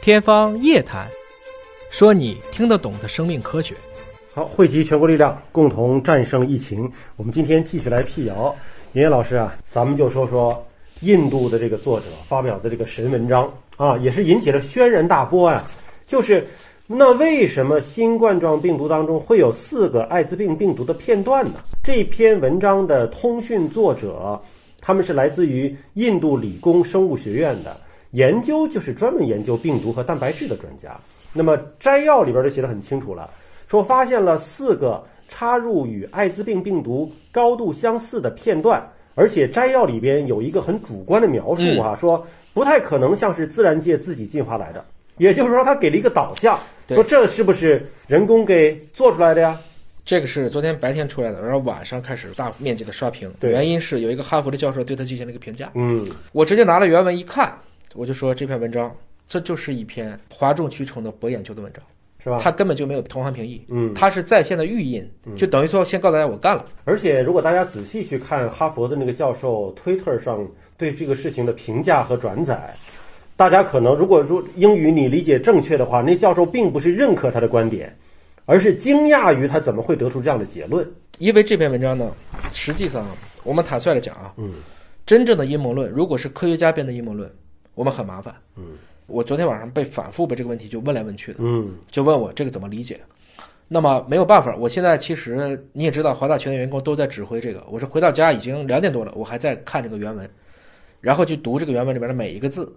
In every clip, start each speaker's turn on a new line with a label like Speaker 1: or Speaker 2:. Speaker 1: 天方夜谭，说你听得懂的生命科学。
Speaker 2: 好，汇集全国力量，共同战胜疫情。我们今天继续来辟谣。严烨老师啊，咱们就说说印度的这个作者发表的这个神文章啊，也是引起了轩然大波啊。就是那为什么新冠状病毒当中会有四个艾滋病病毒的片段呢？这篇文章的通讯作者，他们是来自于印度理工生物学院的，研究就是专门研究病毒和蛋白质的专家。那么摘要里边就写的很清楚了。说发现了四个插入与艾滋病病毒高度相似的片段，而且摘要里边有一个很主观的描述啊，说不太可能像是自然界自己进化来的，也就是说，他给了一个导向，
Speaker 1: 对
Speaker 2: 说这是不是人工给做出来的呀？
Speaker 1: 这个是昨天白天出来的，然后晚上开始大面积的刷屏。
Speaker 2: 对
Speaker 1: 原因是有一个哈佛的教授对他进行了一个评价。
Speaker 2: 嗯，
Speaker 1: 我直接拿了原文一看，我就说这篇文章这就是一篇哗众取宠的博眼球的文章，
Speaker 2: 是吧？
Speaker 1: 它根本就没有同行评议，
Speaker 2: 嗯，
Speaker 1: 它是在线的预印，就等于说先告诉大家我干了。
Speaker 2: 而且如果大家仔细去看哈佛的那个教授推特上对这个事情的评价和转载，大家可能如果说英语你理解正确的话，那教授并不是认可他的观点，而是惊讶于他怎么会得出这样的结论。
Speaker 1: 因为这篇文章呢，实际上我们坦率的讲啊，
Speaker 2: 嗯，
Speaker 1: 真正的阴谋论，如果是科学家编的阴谋论，我们很麻烦。
Speaker 2: 嗯，
Speaker 1: 我昨天晚上被反复被这个问题就问来问去的，
Speaker 2: 嗯
Speaker 1: 就问我这个怎么理解。那么没有办法，我现在其实你也知道，华大全的员工都在指挥这个。我是回到家已经两点多了，我还在看这个原文，然后去读这个原文里边的每一个字，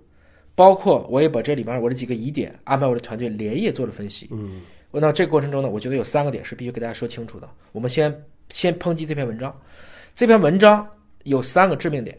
Speaker 1: 包括我也把这里面我的几个疑点安排我的团队连夜做了分析。
Speaker 2: 嗯
Speaker 1: 那这个过程中呢，我觉得有三个点是必须给大家说清楚的。我们先先抨击这篇文章，这篇文章有三个致命点，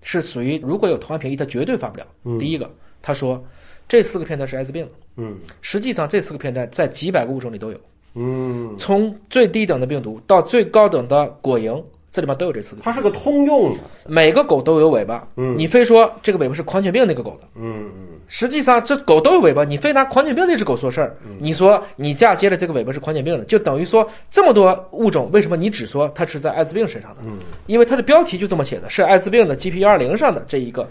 Speaker 1: 是属于如果有同行评议，他绝对发不了。
Speaker 2: 嗯
Speaker 1: 第一个，他说这四个片段是艾滋病，
Speaker 2: 嗯
Speaker 1: 实际上这四个片段在几百个物种里都有，
Speaker 2: 嗯，
Speaker 1: 从最低等的病毒到最高等的果蝇，这里面都有这四个。
Speaker 2: 它是个通用的。
Speaker 1: 每个狗都有尾巴，
Speaker 2: 嗯
Speaker 1: 你非说这个尾巴是狂犬病那个狗的。
Speaker 2: 嗯嗯
Speaker 1: 实际上，这狗都有尾巴，你非拿狂犬病那只狗说事儿，
Speaker 2: 嗯
Speaker 1: 你说你嫁接了这个尾巴是狂犬病的，就等于说这么多物种，为什么你只说它是在艾滋病身上的？
Speaker 2: 嗯，
Speaker 1: 因为它的标题就这么写的，是艾滋病的 GP 幺二零上的这一个。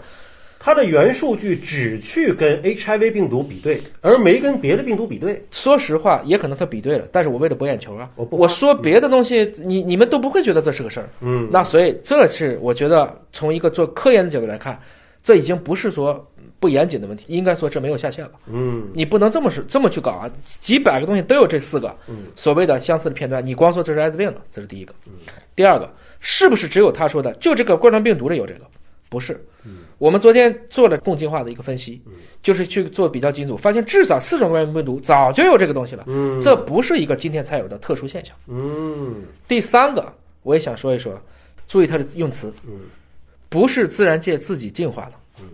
Speaker 2: 它的原数据只去跟 HIV 病毒比对，而没跟别的病毒比对。
Speaker 1: 说实话，也可能他比对了，但是我为了博眼球啊，
Speaker 2: 我不
Speaker 1: 我说别的东西，你你们都不会觉得这是个事儿。
Speaker 2: 嗯
Speaker 1: 那所以这是我觉得从一个做科研的角度来看，这已经不是说不严谨的问题，应该说这没有下限了。
Speaker 2: 嗯
Speaker 1: 你不能这么是这么去搞啊！几百个东西都有这四个
Speaker 2: 嗯
Speaker 1: 所谓的相似的片段，你光说这是艾滋病的，这是第一个。第二个，是不是只有他说的就这个冠状病毒里有这个？不是。
Speaker 2: 嗯
Speaker 1: 我们昨天做了共进化的一个分析，就是去做比较基础，发现至少四种冠状病毒早就有这个东西了，
Speaker 2: 嗯
Speaker 1: 这不是一个今天才有的特殊现象。
Speaker 2: 嗯
Speaker 1: 第三个，我也想说一说，注意它的用词，
Speaker 2: 嗯
Speaker 1: 不是自然界自己进化的，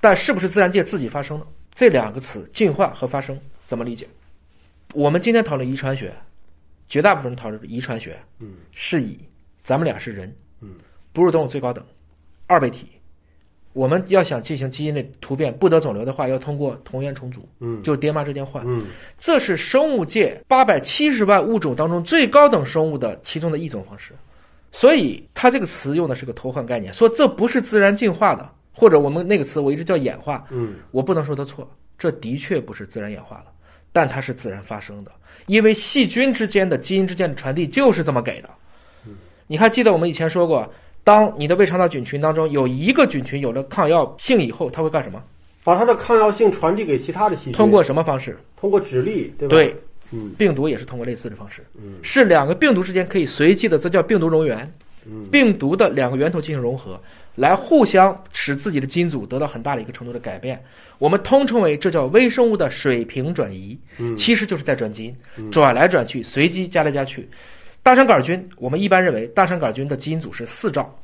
Speaker 1: 但是不是自然界自己发生的？这两个词“进化”和“发生”怎么理解？我们今天讨论遗传学，绝大部分人讨论遗传学
Speaker 2: 嗯
Speaker 1: 是以咱们俩是人，
Speaker 2: 嗯，
Speaker 1: 哺乳动物最高等，二倍体。我们要想进行基因的突变，不得肿瘤的话，要通过同源重组，
Speaker 2: 嗯
Speaker 1: 就是爹妈之间换。
Speaker 2: 嗯
Speaker 1: 这是生物界八百七十万物种当中最高等生物的其中的一种方式，所以它这个词用的是个偷换概念，说这不是自然进化的，或者我们那个词我一直叫演化，
Speaker 2: 嗯
Speaker 1: 我不能说它错，这的确不是自然演化的，但它是自然发生的，因为细菌之间的基因之间的传递就是这么给的。你还记得我们以前说过，当你的胃肠道菌群当中有一个菌群有了抗药性以后，它会干什么？
Speaker 2: 把它的抗药性传递给其他的细菌，
Speaker 1: 通过什么方式？
Speaker 2: 通过指力，对吧？
Speaker 1: 对，
Speaker 2: 嗯
Speaker 1: 病毒也是通过类似的方式。
Speaker 2: 嗯
Speaker 1: 是两个病毒之间可以随机的，这叫病毒溶源，
Speaker 2: 嗯
Speaker 1: 病毒的两个源头进行融合，来互相使自己的基因组得到很大的一个程度的改变。我们通称为这叫微生物的水平转移，
Speaker 2: 嗯
Speaker 1: 其实就是在转基因，转来转去，随机加来加去。大肠杆菌，我们一般认为大肠杆菌的基因组是四兆，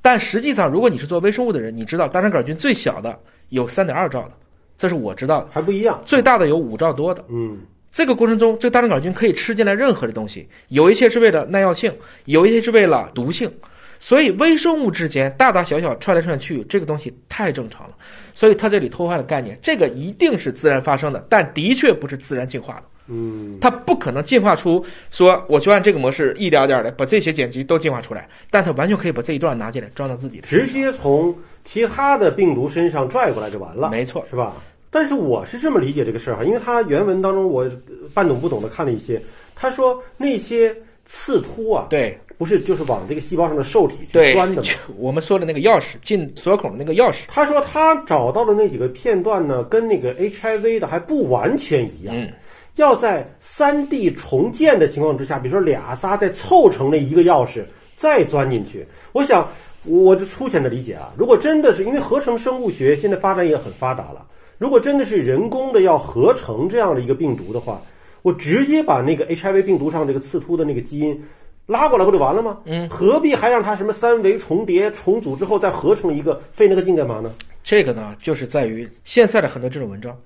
Speaker 1: 但实际上，如果你是做微生物的人，你知道大肠杆菌最小的有三点二兆的，这是我知道的，
Speaker 2: 还不一样。
Speaker 1: 最大的有五兆多的。
Speaker 2: 嗯
Speaker 1: 这个过程中，这大肠杆菌可以吃进来任何的东西，有一些是为了耐药性，有一些是为了毒性，所以微生物之间大大小小串来串去，这个东西太正常了。所以它这里偷换了概念，这个一定是自然发生的，但的确不是自然进化的，
Speaker 2: 嗯
Speaker 1: 它不可能进化出说我就按这个模式一点点的把这些碱基都进化出来，但它完全可以把这一段拿进来装到自己的身
Speaker 2: 直
Speaker 1: 上。
Speaker 2: 接从其他的病毒身上拽过来就完了，
Speaker 1: 没错，
Speaker 2: 是吧？但是我是这么理解这个事儿哈，因为他原文当中我呃半懂不懂的看了一些，他说那些刺突啊，
Speaker 1: 对
Speaker 2: 不是就是往这个细胞上的受体去
Speaker 1: 对
Speaker 2: 钻的吗？，
Speaker 1: 我们说的那个钥匙进锁孔的那个钥匙，
Speaker 2: 他说他找到的那几个片段呢，跟那个 HIV 的还不完全一样，
Speaker 1: 嗯
Speaker 2: 要在三 D 重建的情况之下，比如说俩仨再凑成那一个钥匙再钻进去。我想，我这粗浅的理解啊，如果真的是因为合成生物学现在发展也很发达了，如果真的是人工的要合成这样的一个病毒的话，我直接把那个 HIV 病毒上这个刺突的那个基因。拉过来不就完了吗？嗯，何必还让它什么三维重叠、重组之后再合成一个，费那个劲干嘛呢？
Speaker 1: 这个呢，就是在于现在的很多这种文章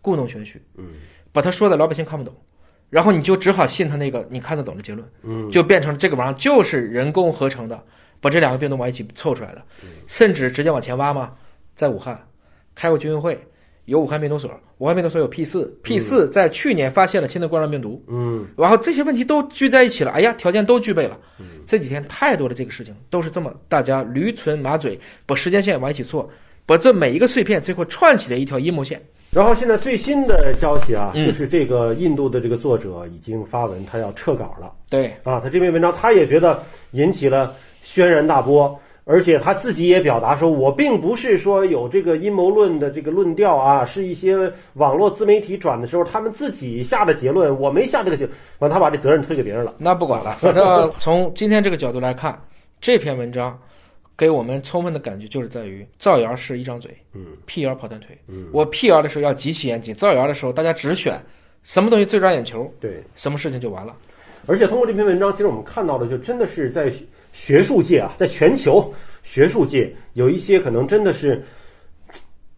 Speaker 1: 故弄玄虚，
Speaker 2: 嗯，
Speaker 1: 把他说的老百姓看不懂，然后你就只好信他那个你看得懂的结论，
Speaker 2: 嗯，
Speaker 1: 就变成了这个玩意儿就是人工合成的，把这两个病毒往一起凑出来的，
Speaker 2: 嗯
Speaker 1: 甚至直接往前挖嘛，在武汉开过军运会，有武汉病毒所，武汉病毒所有 P 四，P 四在去年发现了新的冠状病毒，
Speaker 2: 嗯，
Speaker 1: 然后这些问题都聚在一起了，哎呀，条件都具备了。这几天太多的这个事情都是这么大家驴唇马嘴，把时间线往一起错，把这每一个碎片最后串起来一条阴谋线。
Speaker 2: 然后现在最新的消息啊，
Speaker 1: 嗯
Speaker 2: 就是这个印度的这个作者已经发文，他要撤稿了
Speaker 1: 对，
Speaker 2: 啊。他这篇文章他也觉得引起了轩然大波，而且他自己也表达说，我并不是说有这个阴谋论的这个论调啊，是一些网络自媒体转的时候他们自己下的结论，我没下这个结论。完，他把这责任推给别人了。
Speaker 1: 那不管了，反 正从今天这个角度来看，这篇文章给我们充分的感觉就是在于造谣是一张嘴，
Speaker 2: 嗯，
Speaker 1: 辟谣跑断腿。
Speaker 2: 嗯，
Speaker 1: 我辟谣的时候要极其严谨，造谣的时候大家只选什么东西最抓眼球，
Speaker 2: 对。
Speaker 1: 什么事情就完了。
Speaker 2: 而且通过这篇文章，其实我们看到的就真的是在学学术界啊，在全球学术界有一些可能真的是。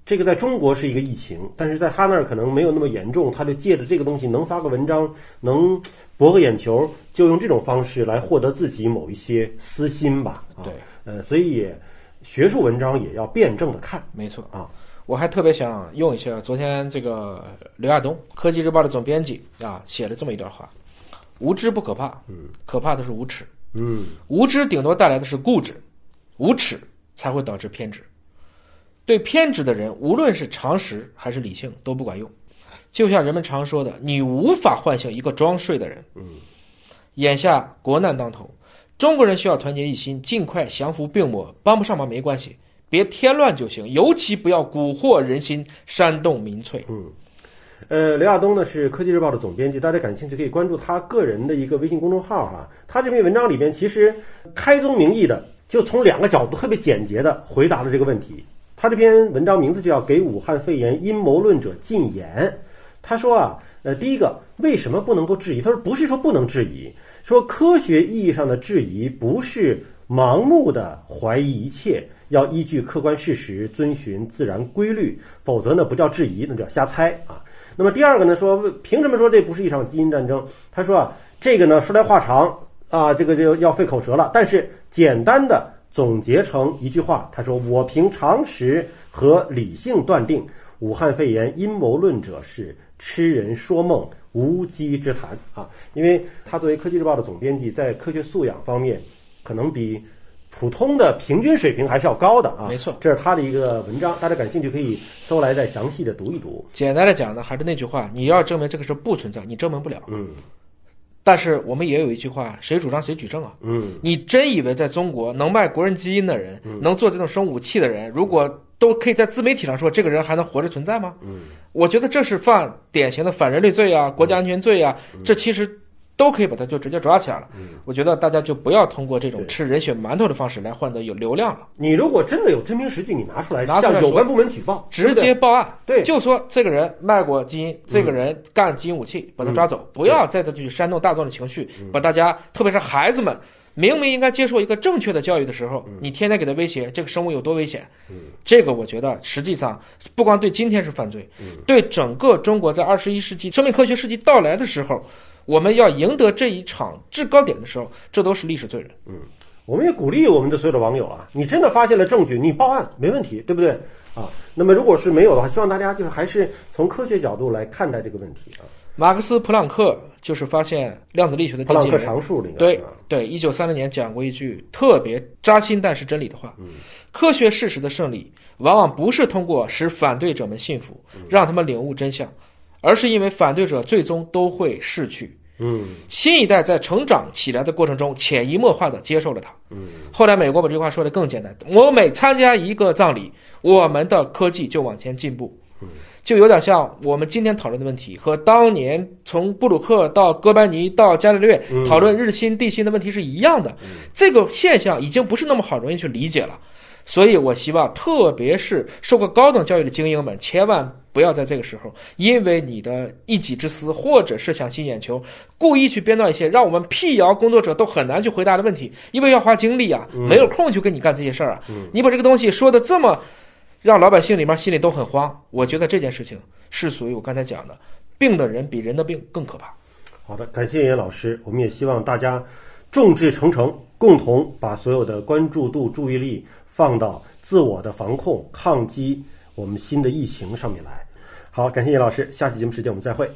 Speaker 2: 这个在中国是一个疫情，但是在他那儿可能没有那么严重，他就借着这个东西能发个文章，能博个眼球，就用这种方式来获得自己某一些私心吧。啊、
Speaker 1: 对，
Speaker 2: 呃，所以也学术文章也要辩证的看
Speaker 1: 没错
Speaker 2: 啊。
Speaker 1: 我还特别想用一下昨天这个刘亚东，科技日报的总编辑啊，写了这么一段话：无知不可怕，嗯，可怕的是无耻。
Speaker 2: 嗯，
Speaker 1: 无知顶多带来的是固执，无耻才会导致偏执。对偏执的人，无论是常识还是理性都不管用。就像人们常说的，你无法唤醒一个装睡的人。嗯，眼下国难当头，中国人需要团结一心，尽快降服病魔。帮不上忙没关系，别添乱就行。尤其不要蛊惑人心，煽动民粹。
Speaker 2: 呃，刘亚东呢是科技日报的总编辑，大家感兴趣可以关注他个人的一个微信公众号哈、他这篇文章里边其实开宗明义的，就从两个角度特别简洁的回答了这个问题。他这篇文章名字就叫《给武汉肺炎阴谋论者禁言》。他说啊，呃，第一个为什么不能够质疑？他说不是说不能质疑，说科学意义上的质疑不是盲目的怀疑一切，要依据客观事实，遵循自然规律，否则呢不叫质疑，那叫瞎猜啊。那么第二个呢，说为凭什么说这不是一场基因战争？他说啊，这个呢说来话长啊，这个就要费口舌了。但是简单的总结成一句话，他说我凭常识和理性断定，武汉肺炎阴谋论者是痴人说梦、无稽之谈啊。因为他作为科技日报的总编辑，在科学素养方面，可能比普通的平均水平还是要高的啊。
Speaker 1: 没错
Speaker 2: 这是他的一个文章，大家感兴趣可以搜来再详细的读一读。
Speaker 1: 简单的讲呢，还是那句话，你要证明这个事不存在，你证明不了。
Speaker 2: 嗯
Speaker 1: 但是我们也有一句话，谁主张谁举证啊。
Speaker 2: 嗯。
Speaker 1: 你真以为在中国能卖国人基因的人，能做这种生武器的人，如果都可以在自媒体上说这个人还能活着存在吗？
Speaker 2: 嗯，
Speaker 1: 我觉得这是犯典型的反人类罪啊，国家安全罪啊，
Speaker 2: 嗯
Speaker 1: 这其实都可以把他就直接抓起来了。我觉得大家就不要通过这种
Speaker 2: 对
Speaker 1: 吃人血馒头的方式来换得有流量了，
Speaker 2: 你如果真的有真凭实据，你拿出来
Speaker 1: 拿出来
Speaker 2: 向有
Speaker 1: 说
Speaker 2: 关部门举报，
Speaker 1: 直
Speaker 2: 对
Speaker 1: 接报案。
Speaker 2: 对嗯
Speaker 1: 就说这个人卖过基因，这个人干基因武器，把他抓走，不要再再去煽动大众的情绪，
Speaker 2: 嗯
Speaker 1: 把大家，特别是孩子们，明明应该接受一个正确的教育的时
Speaker 2: 嗯
Speaker 1: 候，你天天给他威胁这个生物有多危险，这个我觉得实际上不光对今天是犯罪，
Speaker 2: 嗯
Speaker 1: 对整个中国在二十一世纪生命科学世纪到来的时候，我们要赢得这一场制高点的时候，这都是历史罪人。
Speaker 2: 我们也鼓励我们的所有的网友啊，你真的发现了证据，你报案没问题，对不对啊？那么如果是没有的话，希望大家就是还是从科学角度来看待这个问题啊。
Speaker 1: 马克思·普朗克就是发现量子力学的
Speaker 2: 普
Speaker 1: 奠
Speaker 2: 朗
Speaker 1: 基
Speaker 2: 克
Speaker 1: 人。
Speaker 2: 常数里面，
Speaker 1: 对
Speaker 2: 啊
Speaker 1: 对，一九三零年讲过一句特别扎心但是真理的话：科学事实的胜利往往不是通过使反对者们信服，让他们领悟真相，而是因为反对者最终都会逝去。
Speaker 2: 嗯
Speaker 1: 新一代在成长起来的过程中，潜移默化地接受了它。
Speaker 2: 嗯，
Speaker 1: 后来美国把这句话说得更简单：我每参加一个葬礼，我们的科技就往前进步
Speaker 2: 嗯，
Speaker 1: 就有点像我们今天讨论的问题和当年从布鲁克到哥白尼到伽利略
Speaker 2: 嗯
Speaker 1: 讨论日心地心的问题是一样的。这个现象已经不是那么好容易去理解了，所以我希望，特别是受过高等教育的精英们，千万。不要在这个时候，因为你的一己之私，或者是想吸引眼球，故意去编造一些让我们辟谣工作者都很难去回答的问题，因为要花精力啊，
Speaker 2: 嗯
Speaker 1: 没有空去跟你干这些事儿啊。
Speaker 2: 嗯
Speaker 1: 你把这个东西说的这么，让老百姓里面心里都很慌。我觉得这件事情是属于我刚才讲的，病的人比人的病更可怕。
Speaker 2: 好的，感谢严老师，我们也希望大家众志成城，共同把所有的关注度、注意力放到自我的防控、抗击我们新的疫情上面来。好，感谢严老师，下期节目时间我们再会。